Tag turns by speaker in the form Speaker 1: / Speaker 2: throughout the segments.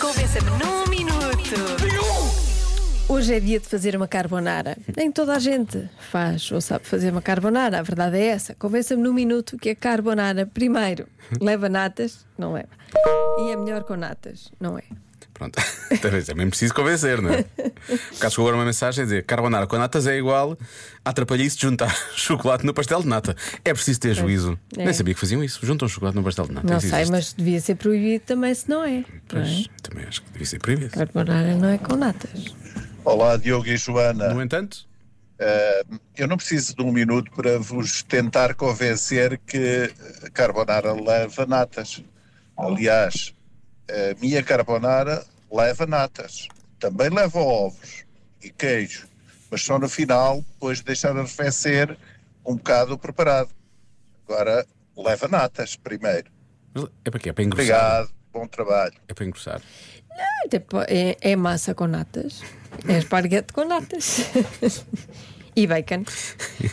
Speaker 1: Convença-me num minuto.
Speaker 2: Hoje é dia de fazer uma carbonara. Nem toda a gente faz ou sabe fazer uma carbonara. A verdade é essa. Convença-me num minuto que a carbonara, primeiro, leva natas, não leva. E é melhor com natas, não é?
Speaker 3: Pronto, Então, talvez também preciso convencer, não é? Por acaso chegou agora uma mensagem a dizer: carbonara com natas é igual a atrapalhice de juntar chocolate no pastel de nata. É preciso ter juízo.
Speaker 2: É.
Speaker 3: Nem sabia que faziam isso. Juntam chocolate no pastel de nata.
Speaker 2: Não
Speaker 3: Isso
Speaker 2: sei,
Speaker 3: existe.
Speaker 2: mas devia ser proibido também se não é. não é?
Speaker 3: Pois, também acho que devia ser proibido.
Speaker 2: Carbonara não é com natas.
Speaker 4: Olá, Diogo e Joana.
Speaker 3: No entanto,
Speaker 4: Eh, eu não preciso de um minuto para vos tentar convencer que a carbonara leva natas. Aliás, a minha carbonara leva natas. Também leva ovos e queijo, mas só no final, depois de deixar arrefecer um bocado o preparado. Agora, leva natas primeiro.
Speaker 3: mas é para quê? É para engrossar.
Speaker 4: Obrigado, bom trabalho.
Speaker 3: É para engrossar.
Speaker 2: Até po- É, é massa com natas. É esparguete com natas. e bacon.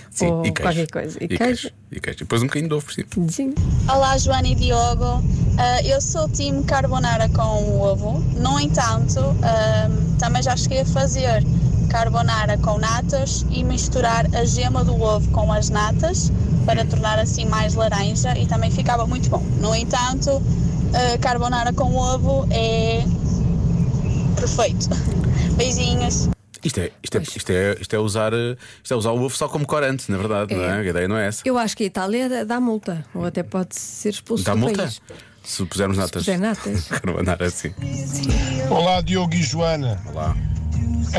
Speaker 3: Sim,
Speaker 2: Ou
Speaker 3: e queijo.
Speaker 2: qualquer coisa. E
Speaker 3: E queijo. E queijo. E depois um bocadinho de ovo por cima.
Speaker 2: Sim.
Speaker 5: Olá, Joana e Diogo. Ah, eu sou time carbonara com ovo. No entanto, ah, também já cheguei a fazer carbonara com natas e misturar a gema do ovo com as natas para tornar assim mais laranja e também ficava muito bom. No entanto, ah, carbonara com ovo é perfeito. Beijinhos.
Speaker 3: Isto é, isto, é,
Speaker 2: Pois.
Speaker 3: isto, é, isto, é usar, eh, isto é usar o ovo só como corante, na verdade, não é? A ideia não é essa.
Speaker 2: Eu acho que a Itália dá- dá multa, ou até pode ser expulso
Speaker 3: Dá
Speaker 2: do
Speaker 3: multa?
Speaker 2: país.
Speaker 3: Se pusermos natas.
Speaker 2: puser natas.
Speaker 3: Carbonara assim.
Speaker 6: Olá, Diogo e Joana.
Speaker 3: Olá.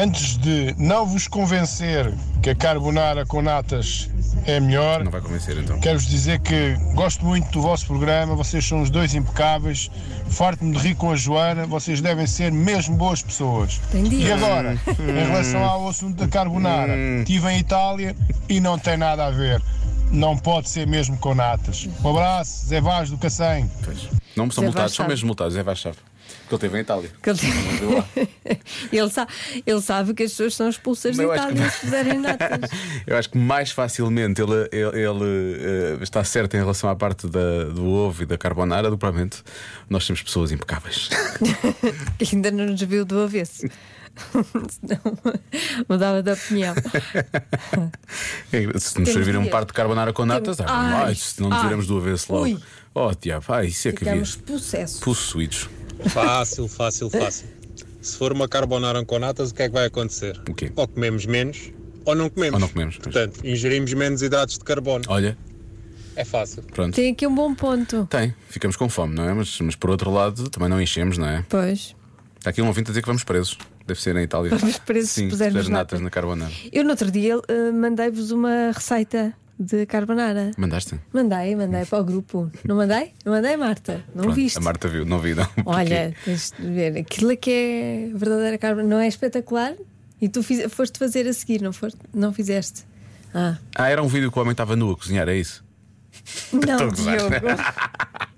Speaker 6: Antes de não vos convencer que a carbonara com natas é melhor,
Speaker 3: Não vai convencer então.
Speaker 6: quero-vos dizer que gosto muito do vosso programa, vocês são os dois impecáveis. Farto-me de rir com a Joana, vocês devem ser mesmo boas pessoas.
Speaker 2: Tem dia.
Speaker 6: E agora,
Speaker 3: Hum.
Speaker 6: em relação ao assunto da carbonara, estive em Itália e não tem nada a ver. Não pode ser mesmo com natas. Um abraço, Zé Vaz do Cacém.
Speaker 3: Pois. Não são
Speaker 2: Zé
Speaker 3: multados, são
Speaker 2: Vaz
Speaker 3: mesmo multados, é Vaz sabe. Porque ele teve em Itália.
Speaker 2: Que ele... ele, sa- ele sabe que as pessoas são expulsas da
Speaker 3: Eu acho que-
Speaker 2: Itália se fizerem natas.
Speaker 3: Eu acho que mais facilmente ele, ele- ele, eh, está certo em relação à parte da- do ovo e da carbonara do que provavelmente nós temos pessoas impecáveis.
Speaker 2: que ainda não nos viu do avesso. Senão mudava de opinião.
Speaker 3: É se nos servir um
Speaker 2: dias.
Speaker 3: par de carbonara com natas,
Speaker 2: Temos-
Speaker 3: ah,
Speaker 2: Ai,
Speaker 3: ai, se não nos
Speaker 2: ai.
Speaker 3: viramos do avesso logo.
Speaker 2: Ui.
Speaker 3: Oh, diabo, ai, isso é que havia.
Speaker 2: Ficamos possesso.
Speaker 3: Possuídos.
Speaker 7: Fácil, fácil, fácil. Se for uma carbonara com natas, o que é que vai acontecer?
Speaker 3: O quê?
Speaker 7: Ou comemos menos, ou não comemos.
Speaker 3: Ou não comemos, pois.
Speaker 7: Portanto, ingerimos menos hidratos de carbono.
Speaker 3: Olha,
Speaker 7: É fácil.
Speaker 3: pronto.
Speaker 2: Tem aqui um bom ponto.
Speaker 3: Tem, ficamos com fome, não é? Mas, mas por outro lado, também não enchemos, não é?
Speaker 2: Pois.
Speaker 3: Está aqui um ouvinte a dizer que vamos presos. Deve ser na Itália.
Speaker 2: Vamos presos se
Speaker 3: Sim,
Speaker 2: pusermos
Speaker 3: puser natas
Speaker 2: natas.
Speaker 3: na carbonara.
Speaker 2: Eu no outro dia eh, mandei-vos uma receita de carbonara.
Speaker 3: Mandaste?
Speaker 2: Mandei, mandei para o grupo. Não mandei? Não mandei, Marta. Não
Speaker 3: Pronto,
Speaker 2: viste?
Speaker 3: A Marta viu, não vi, não.
Speaker 2: Olha, tens de ver, aquilo é que é verdadeira carbonara não é espetacular? E tu fiz- foste fazer a seguir, não, foste, não fizeste? Ah,
Speaker 3: Ah, era um vídeo que o homem estava nu a cozinhar, é isso? Estou
Speaker 2: não,
Speaker 3: a gozar.
Speaker 2: Diogo.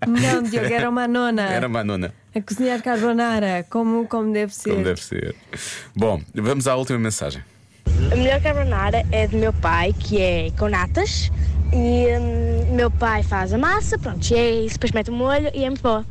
Speaker 2: Não, Diogo, era uma nona
Speaker 3: Era uma nona,
Speaker 2: a cozinhar carbonara, como, como deve ser.
Speaker 3: como deve ser. Bom, vamos à última mensagem.
Speaker 8: A melhor carbonara é do meu pai, que é com natas. E hum, meu pai faz a massa, pronto, e é isso. Depois mete o molho e é muito boa.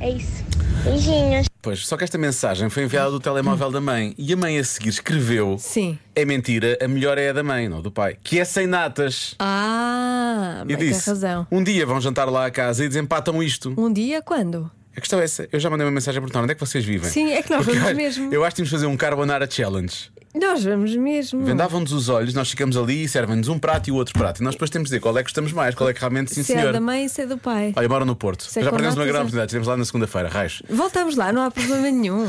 Speaker 8: É isso. Beijinhos.
Speaker 3: Pois, só que esta mensagem foi enviada do telemóvel da mãe e a mãe a seguir escreveu:
Speaker 2: Sim.
Speaker 3: É mentira, a melhor é a da mãe, não do pai, que é sem natas.
Speaker 2: Ah,
Speaker 3: E
Speaker 2: mas tem
Speaker 3: disse:
Speaker 2: razão.
Speaker 3: Um dia vão jantar lá a casa e desempatam isto.
Speaker 2: Um dia quando?
Speaker 3: A questão é essa: eu já mandei uma mensagem a perguntar onde é que vocês vivem.
Speaker 2: Sim, é que nós
Speaker 3: Porque,
Speaker 2: vamos
Speaker 3: olha,
Speaker 2: mesmo.
Speaker 3: Eu acho que temos de fazer um Carbonara Challenge.
Speaker 2: Nós vamos mesmo.
Speaker 3: Vendavam-nos os olhos, nós ficamos ali e servem-nos um prato e o outro prato. E nós depois temos de dizer qual é que gostamos mais, qual é que realmente, sim
Speaker 2: se é
Speaker 3: senhor.
Speaker 2: da mãe, se é do pai.
Speaker 3: Olha, moram no Porto.
Speaker 2: Se é
Speaker 3: Já
Speaker 2: com
Speaker 3: perdemos uma
Speaker 2: natas,
Speaker 3: grande
Speaker 2: é.
Speaker 3: oportunidade, estivemos lá na segunda-feira, raios.
Speaker 2: Voltamos lá, não há problema nenhum.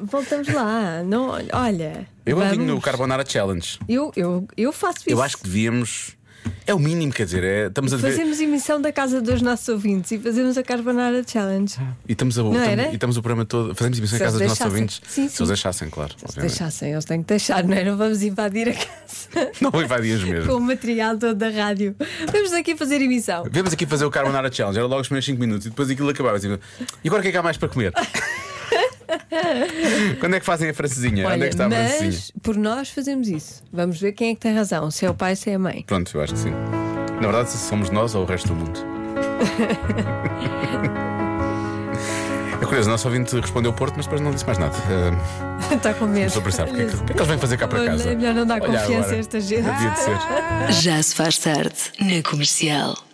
Speaker 2: Voltamos lá. Não, olha.
Speaker 3: Eu alinho no
Speaker 2: vamos.
Speaker 3: Carbonara Challenge.
Speaker 2: Eu, eu, eu faço isso.
Speaker 3: Eu acho que devíamos. É o mínimo, quer dizer, é- estamos a dever-
Speaker 2: Fazemos emissão da casa dos nossos ouvintes e fazemos a Carbonara Challenge.
Speaker 3: E estamos, a,
Speaker 2: era?
Speaker 3: e estamos o programa todo. Fazemos emissão em
Speaker 2: Se
Speaker 3: casa dos
Speaker 2: eles
Speaker 3: nossos
Speaker 2: deixassem.
Speaker 3: ouvintes.
Speaker 2: Sim,
Speaker 3: Se
Speaker 2: sim.
Speaker 3: eles deixassem, claro.
Speaker 2: Se
Speaker 3: obviamente.
Speaker 2: deixassem, eles têm que deixar, não é? Não vamos invadir a casa
Speaker 3: Não invadias
Speaker 2: com
Speaker 3: mesmo.
Speaker 2: o material todo da rádio. Vamos aqui fazer emissão.
Speaker 3: Vemos aqui fazer o Carbonara Challenge, era logo os primeiros 5 minutos e depois aquilo acabava assim. E agora o que é que há mais para comer? Quando é que fazem a francesinha? Onde é que está a francesinha?
Speaker 2: mas por nós fazemos isso. Vamos ver quem é que tem razão, se é o pai, se é a mãe.
Speaker 3: Pronto, eu acho que sim. Na verdade, se somos nós ou o resto do mundo. É curioso, o nosso ouvinte respondeu Porto, mas depois não disse mais nada. Ah,
Speaker 2: Está com medo.
Speaker 3: Estou a pensar, o que, é que, o que é que eles vêm fazer cá para
Speaker 2: Olha,
Speaker 3: casa?
Speaker 2: é melhor não dar
Speaker 3: Olha
Speaker 2: confiança
Speaker 3: agora.
Speaker 2: a esta gente.
Speaker 3: Devia de ser.
Speaker 1: Já se faz tarde na comercial.